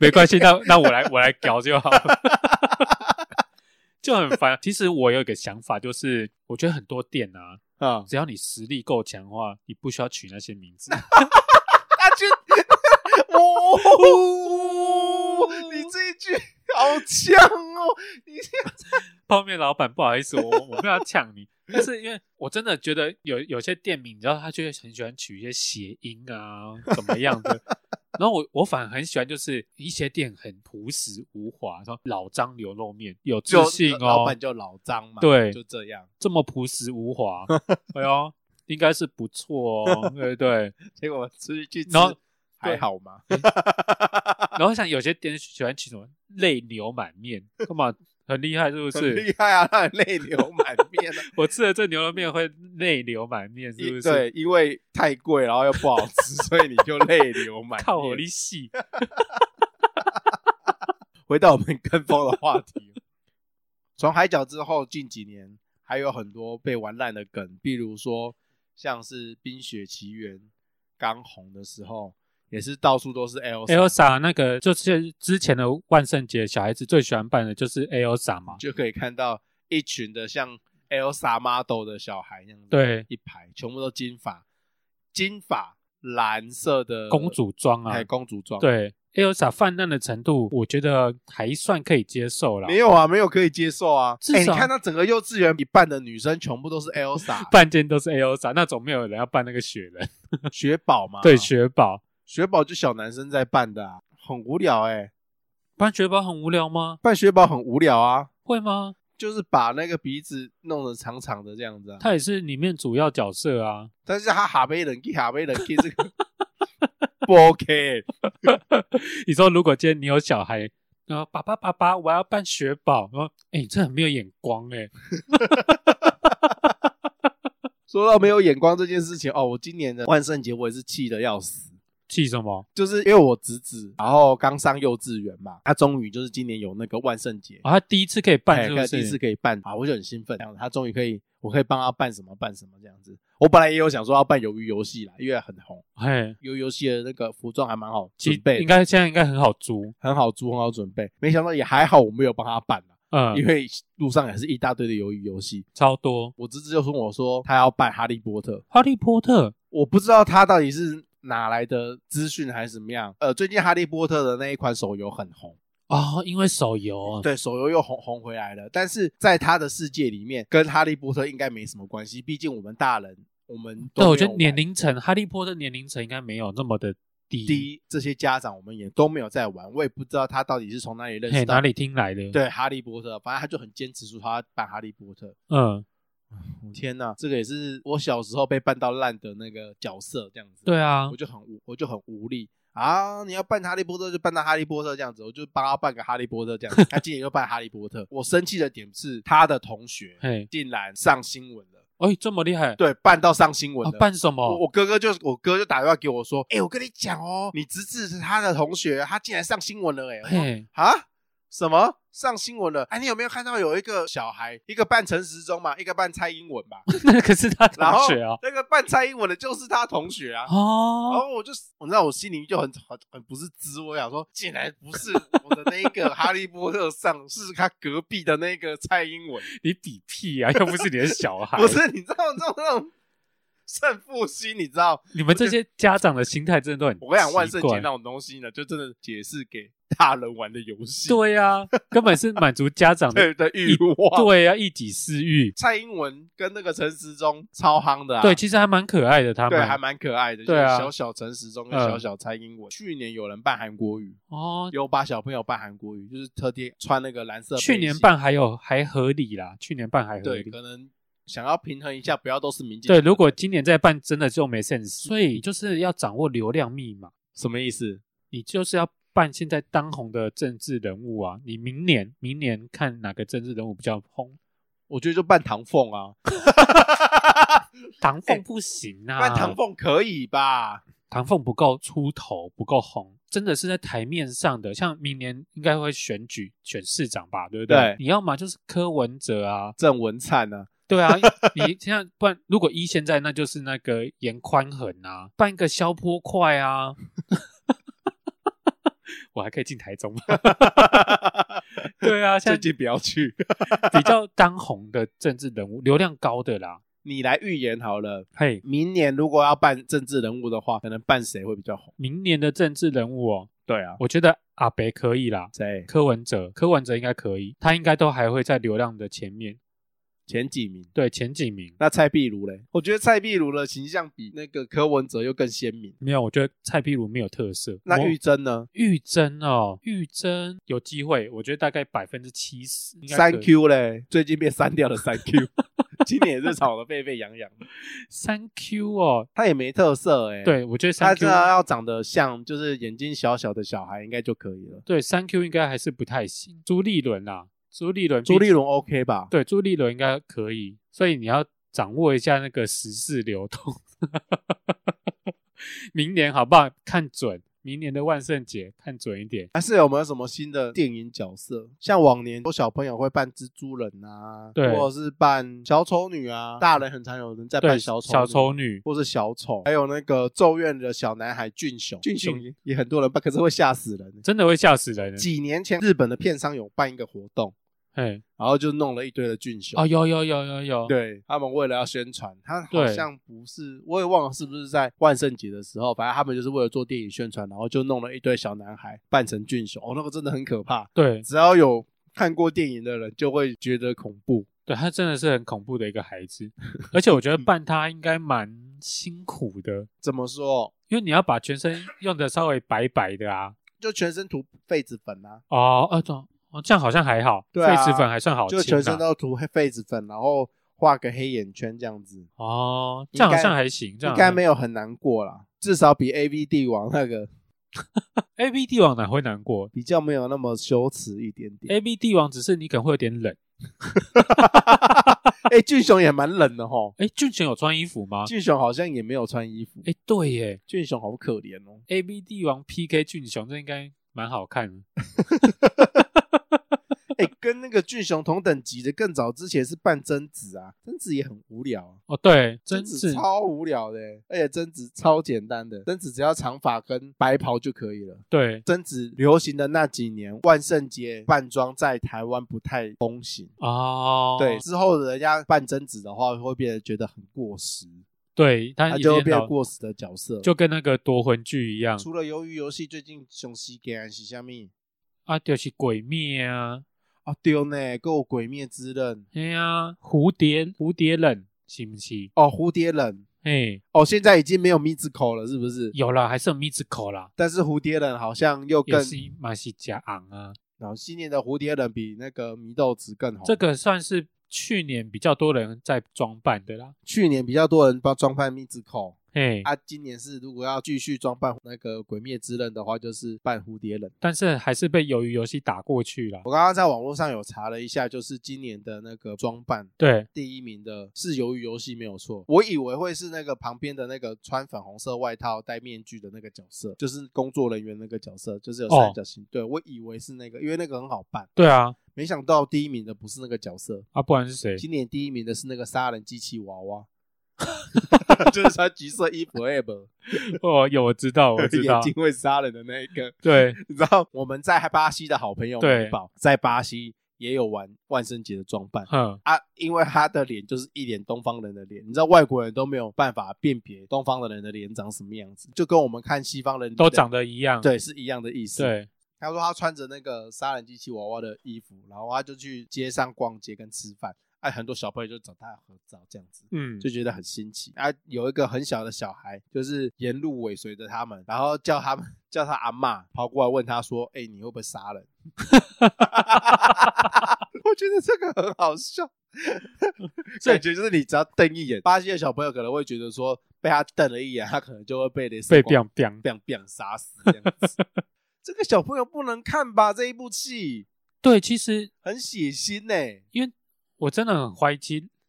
Speaker 1: 没关系，那那我来我来搞就好了， 就很烦。啊其实我有一个想法，就是我觉得很多店啊，
Speaker 2: 啊、
Speaker 1: 只要你实力够强的话，你不需要取那些名字。
Speaker 2: 他去，哦，你这一句好强哦！你
Speaker 1: 泡面老板，不好意思，我我没有要抢你，但是因为我真的觉得有有些店名，你知道，他就会很喜欢取一些谐音啊，怎么样的。然后我我反而很喜欢，就是一些店很朴实无华，说老张牛肉面有自信
Speaker 2: 老
Speaker 1: 哦
Speaker 2: 板，就老张嘛，
Speaker 1: 对
Speaker 2: 就这样。
Speaker 1: 这么朴实无 华，哎呦，应该是不错哦，对不对？
Speaker 2: 结果出去去吃
Speaker 1: 然后
Speaker 2: 还好 吗？
Speaker 1: 然后像有些店喜欢取什么泪流满面，干嘛很厉害是不
Speaker 2: 很
Speaker 1: 是？
Speaker 2: 厉害啊，让人泪流满面啊。
Speaker 1: 我吃了这牛肉面会泪流满面， 是不
Speaker 2: 因
Speaker 1: 是？，
Speaker 2: 对，因为太贵，然后又不 好吃，所以你就泪流满面。
Speaker 1: 靠我力细。
Speaker 2: 回到我们跟风的话题， 从海角之后，近几年还有很多被玩烂的梗，比如说像是《冰雪奇缘》刚红的时候，也是到处都是 L
Speaker 1: L s a 那个就是之前的万圣节，小孩子最喜欢扮的就是 L s a 嘛。
Speaker 2: 就可以看到一群的像 Elsa model 的小孩那样子，
Speaker 1: 对
Speaker 2: 一排全部都金发，金发蓝色的
Speaker 1: 公主装啊
Speaker 2: 还公主装，，
Speaker 1: 对，Elsa 泛滥的程度，我觉得还算可以接受啦。
Speaker 2: 没有啊，没有可以接受啊，
Speaker 1: 至
Speaker 2: 哎
Speaker 1: 少
Speaker 2: 你看他整个幼稚园一半的女生全部都是 Elsa，
Speaker 1: 半间都是 Elsa，那总没有人要扮那个雪人，
Speaker 2: 雪宝嘛，
Speaker 1: 对，雪宝。
Speaker 2: 雪宝就小男生在扮的、啊，很无聊哎、
Speaker 1: 扮雪宝很无聊吗？
Speaker 2: 扮雪宝很无聊啊，
Speaker 1: 会吗？
Speaker 2: 就是把那个鼻子弄得长长的这样子啊。
Speaker 1: 他也是里面主要角色啊。
Speaker 2: 但是他哈贝冷气哈贝冷气这个不 OK，
Speaker 1: 你说如果今天你有小孩，然后爸爸爸爸，我要扮雪宝，然后哎，你这很没有眼光哎、
Speaker 2: 说到没有眼光这件事情哦，我今年的万圣节我也是气得要死。
Speaker 1: 气什么？
Speaker 2: 就是因为我侄子，然后刚上幼稚园嘛，他终于就是今年有那个万圣节，
Speaker 1: 啊，他第一次可以扮
Speaker 2: 哎
Speaker 1: 是不
Speaker 2: 第一次
Speaker 1: 是？
Speaker 2: 可以办啊，我就很兴奋，这样子他终于可以，我可以帮他办什么办什么这样子。我本来也有想说要办鱿鱼游戏啦，因为很红，
Speaker 1: 哎，
Speaker 2: 鱿鱼游戏的那个服装还蛮好
Speaker 1: 其
Speaker 2: 准备的，
Speaker 1: 应该现在应该很好租，
Speaker 2: 很好租，很好准备。没想到也还好，我没有帮他办啦，
Speaker 1: 嗯，
Speaker 2: 因为路上也是一大堆的鱿鱼游戏。
Speaker 1: 超多。
Speaker 2: 我侄子就跟我说他要办哈利波特，
Speaker 1: 哈利波特，
Speaker 2: 我不知道他到底是哪来的资讯还是怎么样。呃，最近哈利波特的那一款手游很红。
Speaker 1: 哦，因为手游啊，
Speaker 2: 对手游又红红回来了，但是在他的世界里面，跟哈利波特应该没什么关系，毕竟我们大人，我们都
Speaker 1: 对，我
Speaker 2: 没有
Speaker 1: 觉得年
Speaker 2: 玩
Speaker 1: 龄层，哈利波特年龄层应该没有那么的低，
Speaker 2: 低，这些家长我们也都没有在玩，我也不知道他到底是从哪里认
Speaker 1: 嘿，
Speaker 2: 识到
Speaker 1: 哪里听来的？，
Speaker 2: 对哈利波特，反正他就很坚持说他要办哈利波特。
Speaker 1: 嗯，
Speaker 2: 天哪，这个也是我小时候被办到烂的那个角色，这样子。
Speaker 1: 对啊
Speaker 2: 我，就很无，我就很无力啊！你要办哈利波特就办到哈利波特这样子，我就帮他办个哈利波特这样子。他今年又办哈利波特，我生气的点是他的同学
Speaker 1: 嘿，
Speaker 2: 竟然上新闻了。
Speaker 1: 哎，这么厉害，
Speaker 2: 对，办到上新闻
Speaker 1: 啊
Speaker 2: 了。
Speaker 1: 扮什
Speaker 2: 我
Speaker 1: 么？
Speaker 2: 我哥哥就我哥就打电话给我说：“哎、我跟你讲哦，你侄子是他的同学，他竟然上新闻了哎、我
Speaker 1: 嘿，
Speaker 2: 说啊，什么上新闻了？哎、你有没有看到有一个小孩，一个扮陈时中嘛，一个扮蔡英 文嘛？
Speaker 1: 那可是他同
Speaker 2: 然后
Speaker 1: 学啊，
Speaker 2: 那个扮蔡英文的就是他同学啊。然
Speaker 1: 哦，
Speaker 2: 后我就我知道我心里就很很很不是滋味，我想说竟然不是我的那一个哈利波特上，是他隔壁的那个蔡英文。
Speaker 1: 你比屁啊，又不是你的小孩，
Speaker 2: 不是，你知道这种那种胜负心，你知道？
Speaker 1: 你们这些家长的心态真的都很奇怪，
Speaker 2: 我跟你讲，万圣节那种东西呢，就真的解释给大人玩的游戏，
Speaker 1: 对呀、根本是满足家长的
Speaker 2: 对的欲望。
Speaker 1: 对呀、啊一己私欲。
Speaker 2: 蔡英文跟那个陈时中超夯的、啊，
Speaker 1: 对，其实还蛮可爱的，他们
Speaker 2: 对，还蛮可爱的，
Speaker 1: 对啊
Speaker 2: 就是小小陈时中跟
Speaker 1: 嗯
Speaker 2: 小小蔡英文。去年有人办韩国语，
Speaker 1: 哦。
Speaker 2: 有把小朋友办韩国语，就是特地穿那个蓝色背心。
Speaker 1: 去年办还有还合理啦，去年办还合
Speaker 2: 对，
Speaker 1: 理。
Speaker 2: 可能想要平衡一下，不要都是民进党
Speaker 1: 对，
Speaker 2: 的。
Speaker 1: 如果今年再办，真的就没 sense。所
Speaker 2: 嗯
Speaker 1: 以就是要掌握流量密码，
Speaker 2: 什么意思？
Speaker 1: 你就是要办现在当红的政治人物啊。你明年明年看哪个政治人物比较红，
Speaker 2: 我觉得就办唐凤啊，
Speaker 1: 唐凤不行啊，
Speaker 2: 办哎唐凤可以吧？
Speaker 1: 唐凤不够出头，不够红，真的是在台面上的。像明年应该会选举选市长吧，对不对？
Speaker 2: 对
Speaker 1: 你要么就是柯文哲啊，
Speaker 2: 郑文灿呢、
Speaker 1: 对啊， 你现在不然如果一现在那就是那个严宽恒啊，办一个消波块啊， 我还可以进台中吗？ 对 啊，
Speaker 2: 最
Speaker 1: 现在
Speaker 2: 近不要去。
Speaker 1: 比较当红的政治人物，流量高的啦，
Speaker 2: 你来预言好了，
Speaker 1: 嘿。
Speaker 2: 明年如果要办政治人物的话，可能办谁会比较红？
Speaker 1: 明年的政治人物哦，
Speaker 2: 对啊，
Speaker 1: 我觉得阿北可以啦，
Speaker 2: 谁？
Speaker 1: 柯文哲，柯文哲应该可以，他应该都还会在流量的前面，
Speaker 2: 前几名？
Speaker 1: 对前几名。
Speaker 2: 那蔡壁如嘞？我觉得蔡壁如的形象比那个柯文哲又更鲜明。
Speaker 1: 没有，我觉得蔡壁如没有特色。
Speaker 2: 那
Speaker 1: 我
Speaker 2: 玉珍呢
Speaker 1: 玉珍哦，玉珍有机会，我觉得大概百分之七十。应该可以
Speaker 2: 三 Q 嘞？最近被删掉了三 Q，今 年也是吵得沸沸扬扬。
Speaker 1: 三 Q 哦，
Speaker 2: 他也没特色哎、，
Speaker 1: 对我觉得
Speaker 2: 他
Speaker 1: 三
Speaker 2: 啊只
Speaker 1: Q
Speaker 2: 要要长得像，就是眼睛小小的小孩应该就可以了。
Speaker 1: 对三 Q 应该还是不太行。朱立伦啦、啊朱立伦，
Speaker 2: 朱立伦 OK 吧？
Speaker 1: 对朱立伦应该可以，所以你要掌握一下那个时事流动。明年好不好？看准明年的万圣节，看准一点。
Speaker 2: 还是有没有什么新的电影角色？像往年，有小朋友会扮蜘蛛人啊，
Speaker 1: 对
Speaker 2: 或者是扮小丑女啊，大人很常有人在
Speaker 1: 对，
Speaker 2: 扮
Speaker 1: 小
Speaker 2: 小丑
Speaker 1: 丑女，
Speaker 2: 或是小丑，还有那个《咒怨》的小男孩俊雄，俊雄
Speaker 1: 嗯
Speaker 2: 也也很多人扮，可是会吓死人。
Speaker 1: 真的会吓死人。
Speaker 2: 几年前，日本的片商有办一个活动，
Speaker 1: 哎，
Speaker 2: 然后就弄了一堆的俊雄。
Speaker 1: 哦，有有有有有，
Speaker 2: 对他们为了要宣传，他好
Speaker 1: 对
Speaker 2: 像不是，我也忘了是不是在万圣节的时候，反正他们就是为了做电影宣传，然后就弄了一堆小男孩扮成俊雄，哦，那个真的很可怕。
Speaker 1: 对
Speaker 2: 只要有看过电影的人，就会觉得恐怖。
Speaker 1: 对，他真的是很恐怖的一个孩 子，而且我觉得扮他应该蛮辛苦的，
Speaker 2: 怎么说？
Speaker 1: 因为你要把全身用的稍微白白的啊。
Speaker 2: 就全身涂痱子粉啊，
Speaker 1: 哦，呃，懂哦，这样好像还好，
Speaker 2: 对啊
Speaker 1: 痱子粉还算好清啊，
Speaker 2: 就全身都涂黑痱子粉，然后画个黑眼圈这样子，
Speaker 1: 哦，
Speaker 2: 应
Speaker 1: 这样好
Speaker 2: 该
Speaker 1: 像还行，这样
Speaker 2: 应该没
Speaker 1: 有
Speaker 2: 有很难过啦，至少比 A V 帝王那个
Speaker 1: 哎 A V 帝王哪会难过
Speaker 2: 比较没有那么羞耻一点点。
Speaker 1: ？A V 帝王只是你可能会有点冷。
Speaker 2: 哎、俊雄也蛮冷的吼，
Speaker 1: 哎，俊贤有穿衣服吗？
Speaker 2: 俊雄好像也没有穿衣服。
Speaker 1: 哎，对耶
Speaker 2: 俊雄好可怜哦，
Speaker 1: ，A V 帝王 P K 俊雄，这应该蛮好看的。
Speaker 2: 哎、跟那个俊雄同等级的，更早之前是扮贞子啊，贞子也很无聊、啊，
Speaker 1: 哦，对，
Speaker 2: 贞
Speaker 1: 真
Speaker 2: 子
Speaker 1: 是
Speaker 2: 超无聊的、欸而且贞子超简单的，贞子只要长发跟白袍就可以了。
Speaker 1: 对
Speaker 2: 贞子流行的那几年，万圣节扮装在台湾不太风行。
Speaker 1: 哦，
Speaker 2: 对，之后人家扮贞子的话，会变得觉得很过时，
Speaker 1: 对，他
Speaker 2: 他
Speaker 1: 已
Speaker 2: 就会
Speaker 1: 经
Speaker 2: 变
Speaker 1: 老
Speaker 2: 得，过时的角色。
Speaker 1: 就跟那个夺魂剧一样
Speaker 2: 除了鱿鱼游戏，最近熊西给安西下面
Speaker 1: 啊，就是鬼灭啊，
Speaker 2: 啊丢呢，够鬼灭之刃
Speaker 1: 哎呀，蝴蝶蝴蝶忍是不是？
Speaker 2: 哦，蝴蝶忍
Speaker 1: 哎，
Speaker 2: 哦，现在已经没有 Mizuko 了，是不是？
Speaker 1: 有啦，还是有 Mizuko 啦，
Speaker 2: 但是蝴蝶忍好像又
Speaker 1: 也
Speaker 2: 更，哦
Speaker 1: 是马西加昂啊。
Speaker 2: 然后今年的蝴蝶忍比那个祢豆子更红。
Speaker 1: 这个算是去年比较多人在装扮的啦。
Speaker 2: 去年比较多人帮装扮 Mizuko，
Speaker 1: 嘿，
Speaker 2: 啊，今年是如果要继续装扮那个鬼灭之刃的话，就是扮蝴蝶忍。
Speaker 1: 但是还是被鱿鱼游戏打过去了
Speaker 2: 我。刚刚在网络上有查了一下，就是今年的那个装扮
Speaker 1: 对，
Speaker 2: 第一名的是鱿鱼游戏，没有错。我以为会是那个旁边的那个穿粉红色外套、戴面具的那个角色，就是工作人员那个角色，就是有
Speaker 1: 哦
Speaker 2: 三角形。对我以为是那个，因为那个很好办。
Speaker 1: 对啊，
Speaker 2: 没想到第一名的不是那个角色，
Speaker 1: 啊，不然是谁？
Speaker 2: 今年第一名的是那个杀人机器娃娃，就是穿橘色衣服 a b
Speaker 1: 哦，有我知道，我知道
Speaker 2: 眼。睛会杀人的那一个。
Speaker 1: 对，
Speaker 2: 你知道我们在巴西的好朋友
Speaker 1: 对
Speaker 2: 美宝在巴西也有玩万圣节的装扮
Speaker 1: 哼，
Speaker 2: 啊，因为他的脸就是一脸东方人的脸，你知道外国人都没有办法辨别东方人的脸长什么样子，就跟我们看西方人的
Speaker 1: 都长得一样。
Speaker 2: 对是一样的意思。，
Speaker 1: 对，
Speaker 2: 他说他穿着那个杀人机器娃娃的衣服，然后他就去街上逛街跟吃饭，哎、很多小朋友就找他合照这样子。
Speaker 1: 嗯，
Speaker 2: 就觉得很新奇啊！有一个很小的小孩，就是沿路尾随着他们，然后叫他们叫他阿嬷跑过来问他说：“哎、你会不会杀人？” 我觉得这个很好笑，感觉就是你只要瞪一眼，巴西的小朋友可能会觉得说被他瞪了一眼，他可能就会被雷
Speaker 1: 被 biang
Speaker 2: 光
Speaker 1: biang。
Speaker 2: biang biang 杀死这样子。这个小朋友不能看吧？这一部戏
Speaker 1: 对，其实
Speaker 2: 很血腥欸呢、
Speaker 1: 因为我真的很怀疑，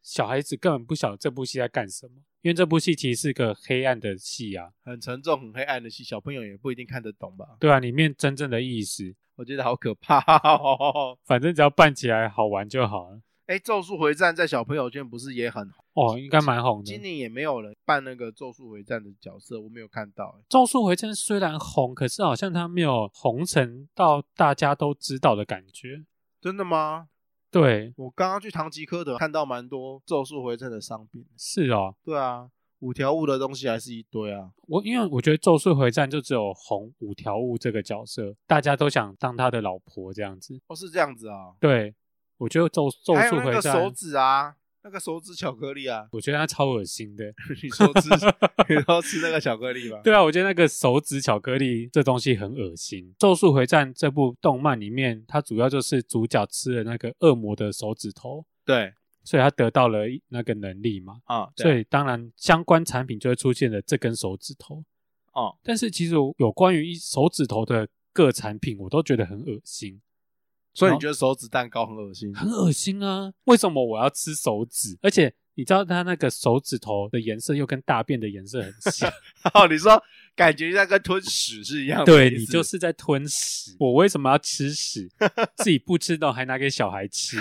Speaker 1: 小孩子根本不晓得这部戏在干什么。因为这部戏其实是个黑暗的戏啊，
Speaker 2: 很沉重、很黑暗的戏，小朋友也不一定看得懂吧？
Speaker 1: 对啊，里面真正的意思，
Speaker 2: 我觉得好可怕哦！
Speaker 1: 反正只要扮起来好玩就好了。
Speaker 2: 哎，《咒术回战》在小朋友圈不是也很红？
Speaker 1: 哦，应该蛮红的
Speaker 2: 今。年也没有人扮那个《咒术回战》的角色，我没有看到、欸
Speaker 1: 《咒术回战》虽然红，可是好像它没有红成到大家都知道的感觉。
Speaker 2: 真的吗？
Speaker 1: 对，
Speaker 2: 我刚刚去唐吉诃德看到蛮多《咒术回战》的商品。
Speaker 1: 是哦，
Speaker 2: 对啊，五条悟的东西还是一堆啊。
Speaker 1: 我因为我觉得《咒术回战》就只有红五条悟这个角色，大家都想当他的老婆这样子。
Speaker 2: 哦，是这样子啊。
Speaker 1: 对，我觉得咒《咒
Speaker 2: 还有
Speaker 1: 术
Speaker 2: 那
Speaker 1: 回
Speaker 2: 个
Speaker 1: 战，
Speaker 2: 手》，指啊，那个手指巧克力啊
Speaker 1: 我觉得他超恶心的。
Speaker 2: 你说吃，你说吃那个巧克力吧。
Speaker 1: 对啊，我觉得那个手指巧克力这东西很恶心。《咒术回战》这部动漫里面，它主要就是主角吃了那个恶魔的手指头，
Speaker 2: 对
Speaker 1: 所以他得到了一那个能力嘛。
Speaker 2: 啊，
Speaker 1: 所
Speaker 2: 对
Speaker 1: 以当然相关产品就会出现了这根手指头。
Speaker 2: 哦，
Speaker 1: 但是其实我有关于一手指头的各产品，我都觉得很恶心。
Speaker 2: 所以
Speaker 1: 然
Speaker 2: 你
Speaker 1: 后
Speaker 2: 觉得手指蛋糕很恶心？
Speaker 1: 很恶心啊！为什么我要吃手指？而且你知道它那个手指头的颜色又跟大便的颜色很像，
Speaker 2: 哦，你说感觉像跟吞屎是一样的
Speaker 1: 对
Speaker 2: 意
Speaker 1: 你
Speaker 2: 思
Speaker 1: 就是在吞屎。我为什么要吃屎？ 自己不知道还拿给小孩吃？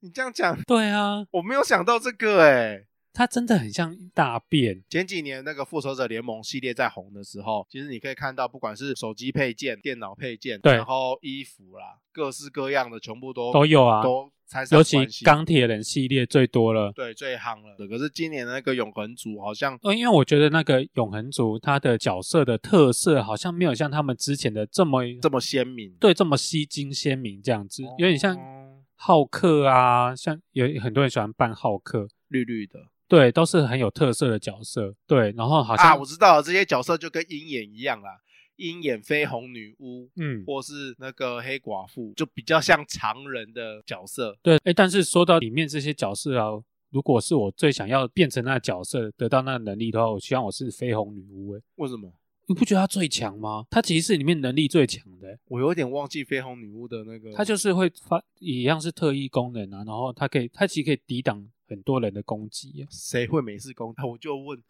Speaker 2: 你这样讲，
Speaker 1: 对啊，
Speaker 2: 我没有想到这个哎、
Speaker 1: 它真的很像大便。
Speaker 2: 前几年那个复仇者联盟系列在红的时候，其实你可以看到，不管是手机配件、电脑配件，
Speaker 1: 对
Speaker 2: 然后衣服啦，各式各样的全部都
Speaker 1: 都有啊
Speaker 2: 都掺上
Speaker 1: 尤其
Speaker 2: 关系
Speaker 1: 钢铁人系列最多了。
Speaker 2: 对最夯了。可是今年的那个永恒族好像
Speaker 1: 呃，因为我觉得那个永恒族他的角色的特色好像没有像他们之前的这么
Speaker 2: 这么鲜明，
Speaker 1: 对这么吸睛鲜明这样子，有点像
Speaker 2: 哦
Speaker 1: 浩克啊，像有很多人喜欢扮浩克，
Speaker 2: 绿绿的
Speaker 1: 对，都是很有特色的角色，对，然后好像、
Speaker 2: 啊，我知道了，这些角色就跟鹰眼一样啦，鹰眼、绯红女巫。
Speaker 1: 嗯。
Speaker 2: 或是那个黑寡妇，就比较像常人的角色，
Speaker 1: 对，哎，但是说到里面这些角色啊，如果是我最想要变成那个角色，得到那个能力的话，我希望我是绯红女巫。哎，
Speaker 2: 为什么？
Speaker 1: 你不觉得她最强吗？她其实是里面能力最强的，
Speaker 2: 我有点忘记绯红女巫的那个，。
Speaker 1: 她就是会发一样是特异功能啊，然后她可以，她其实可以抵挡很多人的攻击耶
Speaker 2: 谁会没事攻？啊我 就问，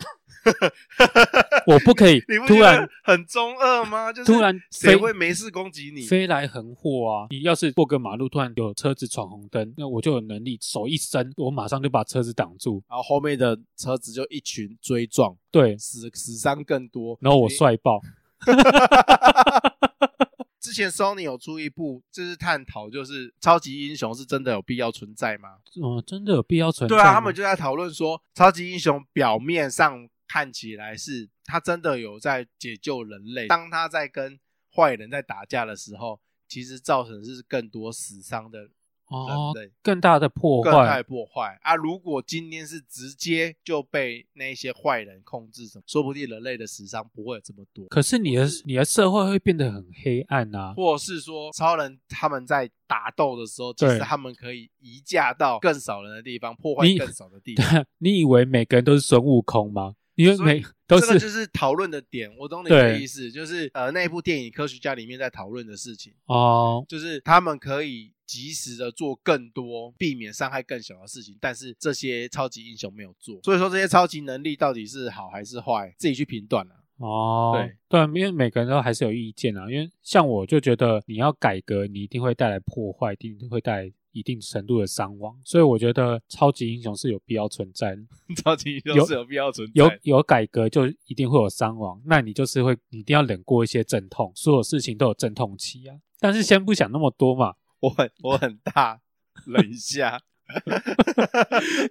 Speaker 1: 我不可以
Speaker 2: 你不
Speaker 1: 突
Speaker 2: 觉
Speaker 1: 然
Speaker 2: 得很中二吗？就是
Speaker 1: 突然
Speaker 2: 谁
Speaker 1: 飞
Speaker 2: 会没事攻击你？
Speaker 1: 飞来横祸啊！你要是过个马路，突然有车子闯红灯，那我就有能力手一伸，我马上就把车子挡住。
Speaker 2: 然后后面的车子就一群追撞，
Speaker 1: 对，
Speaker 2: 死死伤更多。
Speaker 1: 然后我
Speaker 2: 你。
Speaker 1: 帅爆。
Speaker 2: 之前 Sony 有出一部，就是探讨就是超级英雄是真的有必要存在吗？
Speaker 1: 嗯、真的有必要存在
Speaker 2: 对
Speaker 1: 吗？
Speaker 2: 啊，他们就在讨论说，超级英雄表面上看起来是他真的有在解救人类，当他在跟坏人在打架的时候，其实造成是更多死伤的
Speaker 1: 哦
Speaker 2: 人类，
Speaker 1: 更大的破
Speaker 2: 更大
Speaker 1: 坏
Speaker 2: 的。破坏啊！如果今天是直接就被那些坏人控制什么，说不定人类的死伤不会有这么多。
Speaker 1: 可是你的你的社会会变得很黑暗 啊！
Speaker 2: 或是说超人他们在打斗的时候，其
Speaker 1: 对
Speaker 2: 实他们可以移驾到更少人的地方，破坏
Speaker 1: 你
Speaker 2: 更少的地 方。
Speaker 1: 啊你以为每个人都是孙悟空吗？因为
Speaker 2: 所以
Speaker 1: 每都
Speaker 2: 这个就是是讨论的点，我懂你的
Speaker 1: 对
Speaker 2: 意思，就是呃那部电影科学家里面在讨论的事情，
Speaker 1: 哦，
Speaker 2: 就是他们可以及时的做更多，避免伤害更小的事情，但是这些超级英雄没有做，所以说这些超级能力到底是好还是坏，自己去评断了、
Speaker 1: 哦，
Speaker 2: 对
Speaker 1: 对，因为每个人都还是有意见啊。因为像我就觉得你要改革，你一定会带来破坏，一定会带来一定程度的伤亡，所以我觉得超级英雄是有必要存在的。
Speaker 2: 超级英雄
Speaker 1: 有
Speaker 2: 是有必要存在
Speaker 1: 有有改革就一定会有伤亡，那你就是会你一定要忍过一些阵痛，所有事情都有阵痛期啊。但是先不想那么多嘛，
Speaker 2: 我很我很大，忍 一下。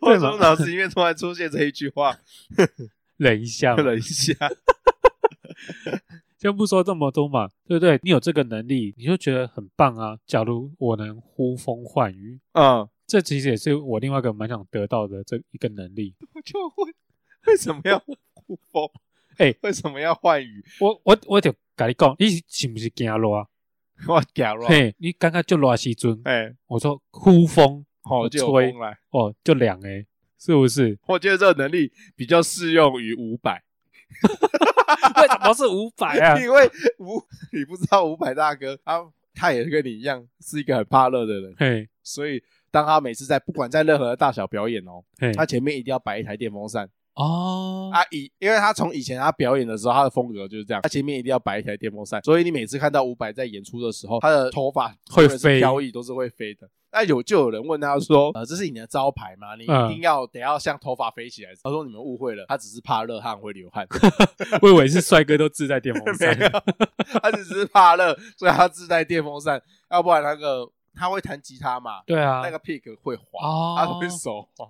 Speaker 2: 为什么脑子里面突然出现这一 句话？
Speaker 1: 忍一下嘛，
Speaker 2: 忍一下，
Speaker 1: 先不说这么多嘛，对不对？你有这个能力，你就觉得很棒啊。假如我能呼风唤雨，
Speaker 2: 嗯，
Speaker 1: 这其实也是我另外一个蛮想得到的这一个能力。
Speaker 2: 我就问，为什么要呼风？
Speaker 1: 哎
Speaker 2: 为什么要换雨？
Speaker 1: 我我我就跟你讲，你是是不是惊热啊？
Speaker 2: 我假了，
Speaker 1: 嘿，你刚刚就热的时阵，
Speaker 2: 哎，
Speaker 1: 我说呼风
Speaker 2: 好
Speaker 1: 我
Speaker 2: 就有
Speaker 1: 吹
Speaker 2: 风来。
Speaker 1: 哦，就凉诶，是不是？
Speaker 2: 我觉得这个能力比较适用于五百，
Speaker 1: 为什么是五百啊？
Speaker 2: 因为五你不知道五百大哥他他也跟你一样是一个很怕热的人，
Speaker 1: 嘿，
Speaker 2: 所以当他每次在不管在任何的大小表演哦，
Speaker 1: 嘿，
Speaker 2: 他前面一定要摆一台电风扇。
Speaker 1: 哦，
Speaker 2: 啊，以因为他从以前他表演的时候，他的风格就是这样，他前面一定要摆一台电风扇，所以你每次看到伍佰在演出的时候，他的头发
Speaker 1: 会
Speaker 2: 无论是
Speaker 1: 飞
Speaker 2: 飘逸都是会飞的。那有就有人问他说：“呃，这是你的招牌吗？你
Speaker 1: 嗯
Speaker 2: 一定要、得要像头发飞起来。”他说：“你们误会了，他只是怕热汗会 流汗，
Speaker 1: 我以为是帅哥都自带电风
Speaker 2: 没
Speaker 1: 扇。
Speaker 2: 有， 他只是怕热，所以他自带电风扇，要不然那个他会弹吉他嘛，
Speaker 1: 对啊，
Speaker 2: 那个 pick 会滑，他
Speaker 1: 哦
Speaker 2: 会，手滑，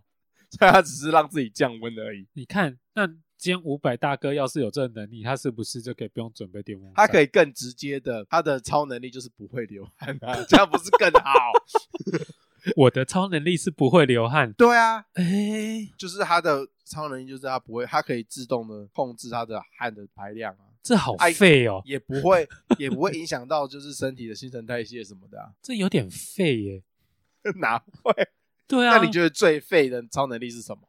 Speaker 2: 所以他只是让自己降温而已。
Speaker 1: 你看，那今天五百大哥要是有这个能力，他是不是就可以不用准备电风扇？
Speaker 2: 他可
Speaker 1: 以，
Speaker 2: 以更直接的，他的超能力就是不会流汗啊， 这样不是更好？
Speaker 1: 我的超能力是不会流汗。
Speaker 2: 对啊，
Speaker 1: 哎、
Speaker 2: 就是他的超能力就是他不会，他可以自动的控制他的汗的排量啊，
Speaker 1: 这好废哦，
Speaker 2: 也不 会也不会影响到就是身体的新陈代谢什么的、啊，
Speaker 1: 这有点废耶。
Speaker 2: 哪会？
Speaker 1: 对啊，
Speaker 2: 那你觉得最废的超能力是什么？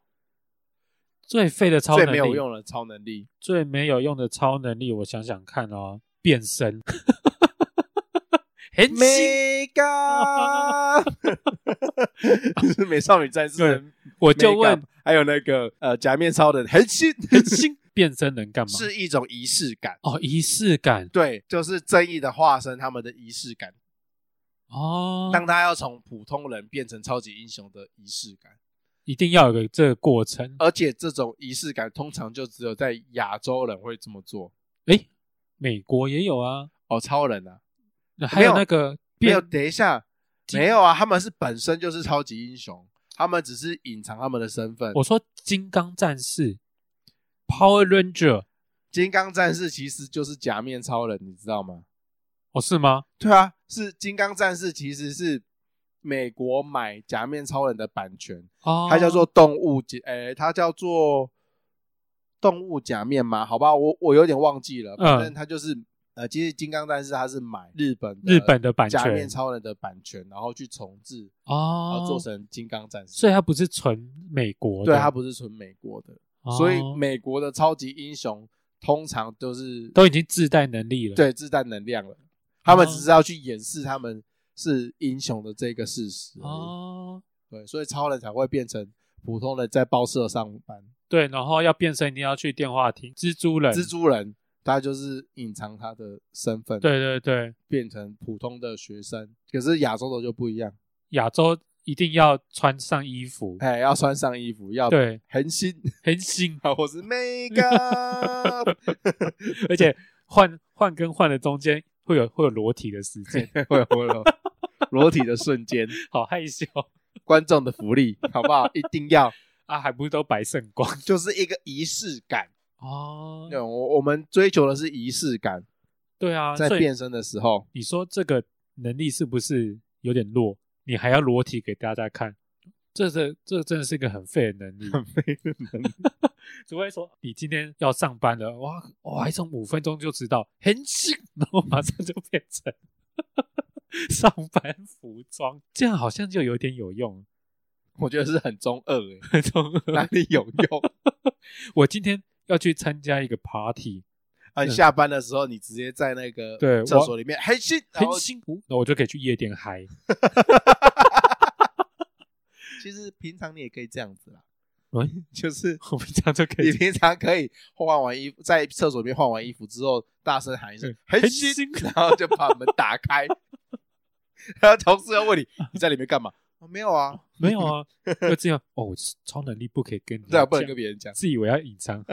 Speaker 1: 最废的超能
Speaker 2: 最
Speaker 1: 力，
Speaker 2: 没有，用的超能力？
Speaker 1: 最没有用的超能力，我想想看哦，变身。很新。
Speaker 2: Mega，就是美少女战士的 Mega，
Speaker 1: 我就问，
Speaker 2: 还有那个呃假面超人，很新
Speaker 1: 很新变身能干嘛？
Speaker 2: 是一种仪式感，
Speaker 1: 哦，仪式感
Speaker 2: 对，就是正义的化身，他们的仪式感，
Speaker 1: 哦，
Speaker 2: 当他要从普通人变成超级英雄的仪式感，
Speaker 1: 一定要有个这个过程。
Speaker 2: 而且这种仪式感通常就只有在亚洲人会这么做
Speaker 1: 诶，美国也有啊，
Speaker 2: 哦，超人啊，
Speaker 1: 那还有
Speaker 2: 没有
Speaker 1: 那个
Speaker 2: 没有，
Speaker 1: 变
Speaker 2: 等一下，
Speaker 1: 金
Speaker 2: 没有啊，他们是本身就是超级英雄，他们只是隐藏他们的身份。
Speaker 1: 我说金刚战士、Power Ranger，
Speaker 2: 金刚战士其实就是假面超人，你知道吗？
Speaker 1: 哦，是吗？
Speaker 2: 对啊，是金刚战士其实是美国买假面超人的版权，
Speaker 1: 哦，
Speaker 2: 它叫做动物假，诶、它叫做动物假面吗？好吧，我我有点忘记了，
Speaker 1: 嗯
Speaker 2: 反正它就是。呃，其实金刚战士它是买日本
Speaker 1: 日本的版
Speaker 2: 假面
Speaker 1: 权
Speaker 2: 超人的版权，然后去重置，然
Speaker 1: 哦，
Speaker 2: 后做成金刚战士。
Speaker 1: 所以它不是纯美国的，
Speaker 2: 对，它不是纯美国的，
Speaker 1: 哦
Speaker 2: 所以美国的超级英雄通常都是
Speaker 1: 都已经自带能力了。，
Speaker 2: 对自带能量了，他们只是要去掩饰他们是英雄的这个事实而已。
Speaker 1: 哦，
Speaker 2: 对，所以超人才会变成普通人在报社上班。
Speaker 1: 对，然后要变身一定要去电话亭，蜘蛛人，
Speaker 2: 蜘，蛛人他就是隐藏他的身份，，
Speaker 1: 对对对，
Speaker 2: 变成普通的学生。可是亚洲的就不一样，
Speaker 1: 亚洲一定要穿上衣服，
Speaker 2: 哎，要穿上衣服，要
Speaker 1: 对，
Speaker 2: 恒心，
Speaker 1: 很新，
Speaker 2: 啊，我 是 mega，
Speaker 1: 而且换换跟换的中间会有会有裸体的时 间，
Speaker 2: 会会哎有裸体的 瞬间，
Speaker 1: 好害羞
Speaker 2: 观众的福利，好不好？一定要，
Speaker 1: 啊，还不是都白圣光
Speaker 2: 就是一个仪式感。
Speaker 1: 哦
Speaker 2: 对，我我们追求的是仪式感，
Speaker 1: 对啊，
Speaker 2: 在
Speaker 1: 所以
Speaker 2: 变身的时候，
Speaker 1: 你说这个能力是不是有点弱？你还要裸体给大家看，这这这真的是一个很废的能力。除非说你今天要上班了，哇，我还从五分钟就知道，很紧，然后马上就变成 上班服装，这样好像就有点有 用。
Speaker 2: 我觉得是很中二诶、
Speaker 1: 那种
Speaker 2: 哪里有用？
Speaker 1: 我今天要去参加一个 party，
Speaker 2: 啊，你下班的时候你直接在那个
Speaker 1: 对我
Speaker 2: 厕所里面，嘿咻，然
Speaker 1: 很
Speaker 2: 后
Speaker 1: 辛苦，那我就可以去夜店嗨。
Speaker 2: 其实平常你也可以这样子啦，
Speaker 1: 嗯，
Speaker 2: 就是
Speaker 1: 我们这样就可
Speaker 2: 你
Speaker 1: 以
Speaker 2: 平常可以换完衣服，在厕所里面换完衣服之后，大声喊一声
Speaker 1: 对
Speaker 2: 嘿
Speaker 1: 嘿
Speaker 2: 咻，
Speaker 1: 咻
Speaker 2: 然后就把门打开， 然后同事要问你你在里面干嘛？哦没有啊，
Speaker 1: 没有啊，就这样哦，我超能力不可以跟你
Speaker 2: 对啊，
Speaker 1: 讲，
Speaker 2: 不能跟别人讲。
Speaker 1: 自以为要隐 藏，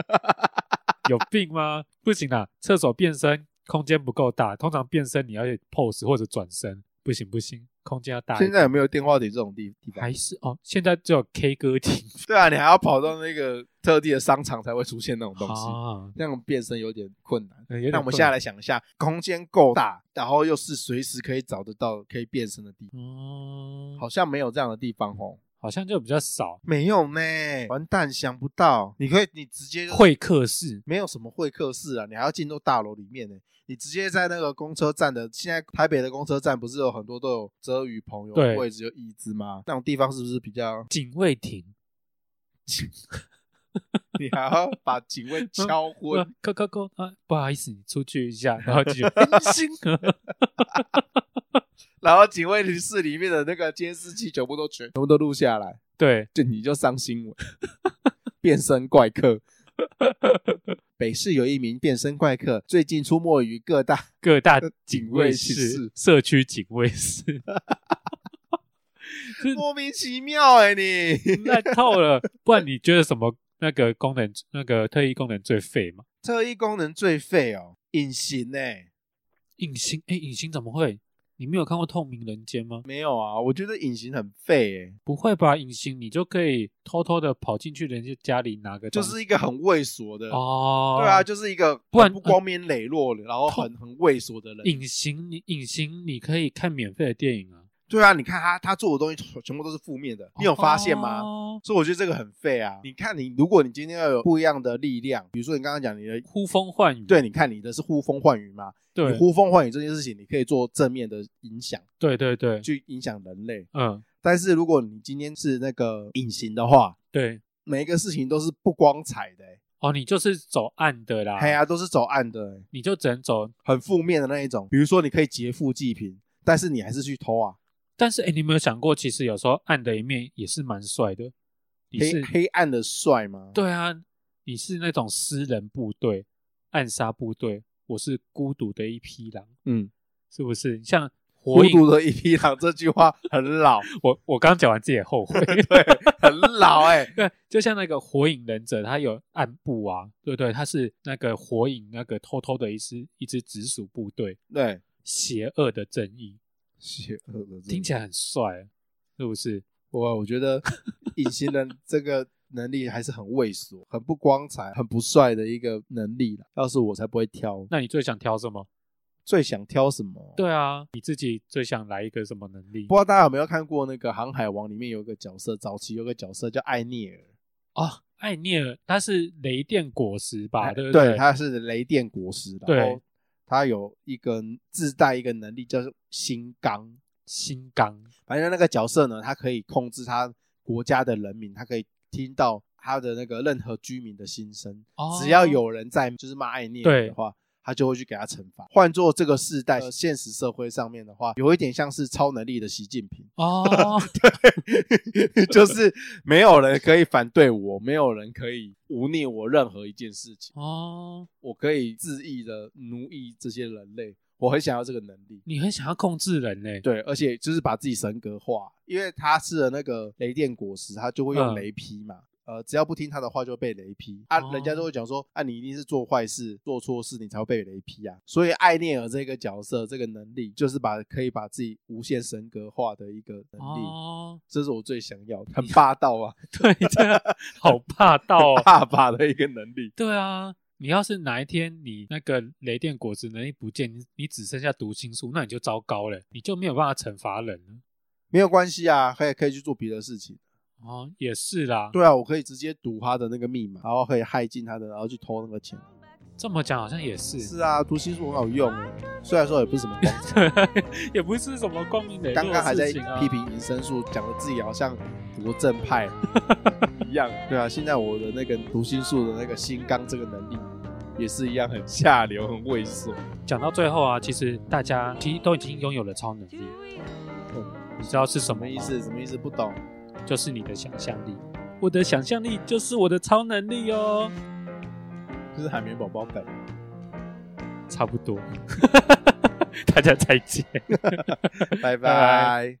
Speaker 1: 有病吗？不行啦，厕所变身空间不够大，通常变身你要有 pose 或者转身，不行不行，空间要大一
Speaker 2: 现
Speaker 1: 点。
Speaker 2: 在有没有电话亭这种地地方？
Speaker 1: 还是哦，现在只有 K 歌厅
Speaker 2: 对啊，你还要跑到那个特地的商场才会出现那种东西，
Speaker 1: 啊，
Speaker 2: 那种变身有点困难。
Speaker 1: 那
Speaker 2: 那我们下来想一下，空间够大，然后又是随时可以找得到可以变身的地方，
Speaker 1: 嗯，好
Speaker 2: 好，像没有这样的地方哦。
Speaker 1: 好像就比较少
Speaker 2: 没有呢，完蛋，想不到。你可以，你直接就
Speaker 1: 会客室
Speaker 2: 没有什么会客室啊，你还要进入大楼里面呢。你直接在那个公车站的，现在台北的公车站不是有很多都有遮雨棚、有
Speaker 1: 对
Speaker 2: 位置、有椅子吗？那种地方是不是比较？
Speaker 1: 警卫亭，
Speaker 2: 你还要把警卫敲昏
Speaker 1: 啊？扣扣扣啊，不好意思，你出去一下，然后继续心
Speaker 2: 然后警卫室里面的那个监视器全部都全全部都录下来，
Speaker 1: 对，
Speaker 2: 就你就上新 闻，变身怪客。北市有一名变身怪客，最近出没于各大
Speaker 1: 各大警
Speaker 2: 警
Speaker 1: 卫
Speaker 2: 卫
Speaker 1: 室
Speaker 2: 室、
Speaker 1: 社区警卫 室，
Speaker 2: 莫名其妙哎、你
Speaker 1: 烂透了。不然你觉得什么那个功能、那个特异功能最废吗？
Speaker 2: 特异功能最废哦，隐形哎、
Speaker 1: 隐形？哎，隐形怎么会？你没有看过《透明人间》吗？
Speaker 2: 没有啊，我觉得隐形很废哎、
Speaker 1: 不会吧？隐形你就可以偷偷的跑进去人家家里拿个
Speaker 2: 就
Speaker 1: 东西，
Speaker 2: 是一个很猥琐的，
Speaker 1: 哦，
Speaker 2: 对啊，就是一个很
Speaker 1: 不然
Speaker 2: 不光明磊落的，然后很很猥琐的人，
Speaker 1: 隐形你隐形你可以看免费的电影啊，
Speaker 2: 对啊，你看他他做的东西全部都是负面的，你有发现吗？
Speaker 1: 哦
Speaker 2: 所以我觉得这个很废啊！你看你，如果你今天要有不一样的力量，比如说你刚刚讲你的，
Speaker 1: 呼风唤雨，
Speaker 2: 对，你看你的是呼风唤雨嘛，你
Speaker 1: 对
Speaker 2: 呼风唤雨这件事情，你可以做正面的影响，
Speaker 1: 对对对，
Speaker 2: 去影响人类。
Speaker 1: 嗯，
Speaker 2: 但是如果你今天是那个隐形的话，
Speaker 1: 对。
Speaker 2: 每一个事情都是不光彩的、欸，
Speaker 1: 哦，你就是走暗的啦，
Speaker 2: 啊哎呀、都是走暗的、欸，
Speaker 1: 你就只能走
Speaker 2: 很负面的那一种。比如说，你可以劫富济贫，但是你还是去偷啊，
Speaker 1: 但是哎、诶你有没有想过，其实有时候暗的一面也是蛮帅的。你
Speaker 2: 黑
Speaker 1: 是
Speaker 2: 黑暗的帅吗？
Speaker 1: 对啊，你是那种私人部队、暗杀部队，我是孤独的一匹狼，
Speaker 2: 嗯，
Speaker 1: 是不是？像
Speaker 2: 孤
Speaker 1: 火影，
Speaker 2: 独的一匹狼这句话很老，
Speaker 1: 我我刚讲完自己也后悔。
Speaker 2: 对，很老哎、
Speaker 1: 对，就像那个火影忍者，他有暗部啊，对不对？他是那个火影那个偷偷的一支一支直属部队，
Speaker 2: 对，
Speaker 1: 邪恶的正义，
Speaker 2: 邪恶的
Speaker 1: 听起
Speaker 2: 来，
Speaker 1: 来很帅，啊是不是？
Speaker 2: 呃我我觉得隐形人这个能力还是很猥琐、很不光彩、很不帅的一个能力了。要是我才不会挑，
Speaker 1: 那你最想挑什么？
Speaker 2: 最想挑什么？
Speaker 1: 对啊，你自己最想来一个什么能力
Speaker 2: 不？知道大家有没有看过那个《航海王》里面有一个角色，早期有个角色叫艾涅尔，
Speaker 1: 哦，艾涅尔，他是雷电果实吧？
Speaker 2: 哎
Speaker 1: 对不
Speaker 2: 对，他是雷电果实，然后
Speaker 1: 对
Speaker 2: 他有一个自带一个能力叫做心钢，
Speaker 1: 心刚，
Speaker 2: 反正那个角色呢，他可以控制他国家的人民，他可以听到他的那个任何居民的心声。
Speaker 1: 哦，
Speaker 2: 只要有人在就是骂艾涅尔的话，他就会去给他惩罚。换做这个世代、呃现实社会上面的话，有一点像是超能力的习近平
Speaker 1: 哦，
Speaker 2: 就是没有人可以反对我，没有人可以忤逆我任何一件事情，
Speaker 1: 哦，
Speaker 2: 我可以恣意的奴役这些人类。我很想要这个能力。
Speaker 1: 你很想要控制人呢？
Speaker 2: 对，而且就是把自己神格化，因为他吃了那个雷电果实，他就会用
Speaker 1: 嗯
Speaker 2: 雷劈嘛。呃，只要不听他的话，就会被雷劈啊！
Speaker 1: 哦
Speaker 2: 人家都会讲说，啊，你一定是做坏事、做错事，你才会被雷劈啊。所以艾涅尔这个角色，这个能力，就是把可以把自己无限神格化的一个能力，
Speaker 1: 哦，
Speaker 2: 这是我最想 要的，很霸道啊，
Speaker 1: 对，这 样好霸道哦。
Speaker 2: 爸爸的一个能力。
Speaker 1: 对啊，你要是哪一天你那个雷电果实能力不见，你你只剩下读心术，那你就糟糕了，你就没有办法惩罚人了。
Speaker 2: 没有关系啊，可以可以去做别的事情。
Speaker 1: 哦，也是啦。
Speaker 2: 对啊，我可以直接读他的那个密码，然后可以害进他的，然后去偷那个钱。
Speaker 1: 这么讲好像也是，
Speaker 2: 是啊，读心术很好用哎，虽然说也不是什么光 彩
Speaker 1: 也不是什么光明磊落的
Speaker 2: 刚刚还在
Speaker 1: 事情啊
Speaker 2: 批评银生术，讲的自己好像多正派 一样。对啊，现在我的那个读心术的那个心刚这个能力，也是一样很下流、很猥琐。
Speaker 1: 讲到最后啊，其实大家其实都已经拥有了超能力，你知道是什
Speaker 2: 什
Speaker 1: 么
Speaker 2: 么
Speaker 1: 吗
Speaker 2: 意？思？什么意思？不懂。
Speaker 1: 就是你的想象力。我的想象力就是我的超能力哦，
Speaker 2: 就是海绵宝宝梗。
Speaker 1: 差不多。大家再见。拜
Speaker 2: 拜拜。